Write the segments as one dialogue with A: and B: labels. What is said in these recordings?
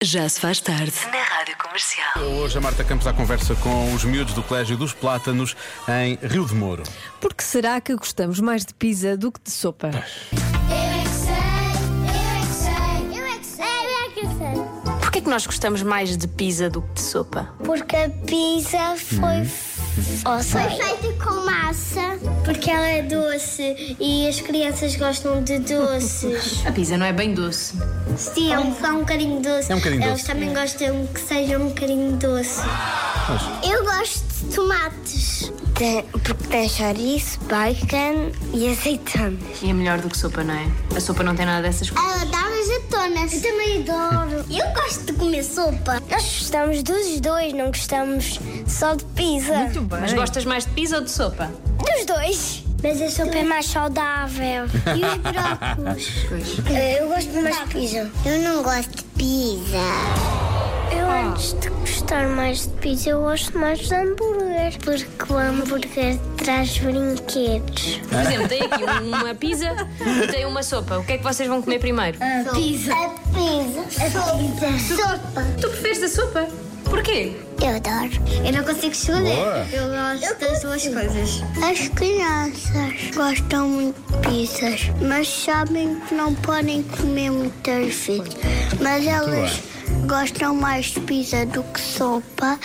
A: Já se faz tarde. Na Rádio Comercial.
B: Hoje a Marta Campos à conversa com os miúdos do Colégio dos Plátanos em Rio de Moro.
C: Porque será que gostamos mais de pizza do que de sopa?
D: Eu é que sei, eu é que sei, eu é que sei, eu é que sei.
E: Porquê é que nós gostamos mais de pizza do que de sopa?
D: Porque a pizza foi.
B: Hum.
D: Foi feita com massa. Porque ela é doce e as crianças gostam de doces.
E: A pizza não é bem doce.
D: Sim, é um, é um bocadinho doce.
B: É um bocadinho
D: Eles
B: doce.
D: também gostam que seja um bocadinho doce. Eu gosto de tomates. porque tem chouriço, bacon e azeitona.
E: E é melhor do que sopa, não é? A sopa não tem nada dessas coisas.
D: Ela dá azeitonas. Eu também adoro. Eu gosto de comer sopa. Nós gostamos dos dois, não gostamos só de pizza.
C: bem.
E: Mas gostas mais de pizza ou de sopa?
D: Dos dois. Mas a sopa é mais saudável. E os brócolos? Eu gosto mais de pizza. Eu não gosto de pizza. Eu antes de gostar mais de pizza, eu gosto mais de hambúrguer. Porque o hambúrguer traz brinquedos.
E: Por exemplo, tem aqui uma pizza e tem uma sopa. O que é que vocês vão comer primeiro?
D: A pizza. A pizza. A pizza. Sopa.
E: Tu preferes a sopa? Porquê?
D: Eu adoro. Eu não consigo escolher.
B: Boa.
D: Eu gosto das duas coisas. As crianças gostam muito de pizzas, mas sabem que não podem comer muitas vezes. Mas elas gostam mais de pizza do que sopa.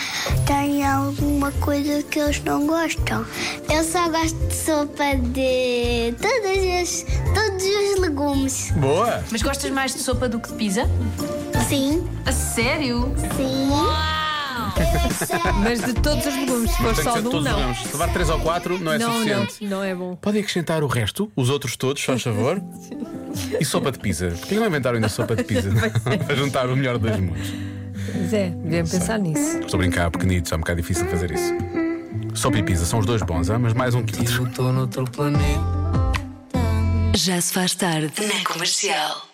D: Tem alguma coisa que eles não gostam. Eu só gosto de sopa de todas as, todos os legumes.
B: Boa!
E: Mas gostas mais de sopa do que de pizza?
D: Sim,
E: A sério?
D: sim.
C: Mas de todos os legumes, se for
B: Tem que
C: só
B: ser
C: de um,
B: todos
C: não.
B: os nomes. Levar três ou quatro não é
C: não, não,
B: suficiente.
C: não é bom.
B: Podem acrescentar o resto, os outros todos, faz favor. E sopa de pizza. Por que não inventaram ainda sopa de pizza? é? Para juntar o melhor dos mundos.
C: Mas é, devemos pensar nisso.
B: Estou a brincar, pequenitos, é um bocado difícil fazer isso. Sopa e pizza são os dois bons, ah, mas mais um quilho.
F: Eu tô noutro planeta.
A: Já se faz tarde. Na Comercial.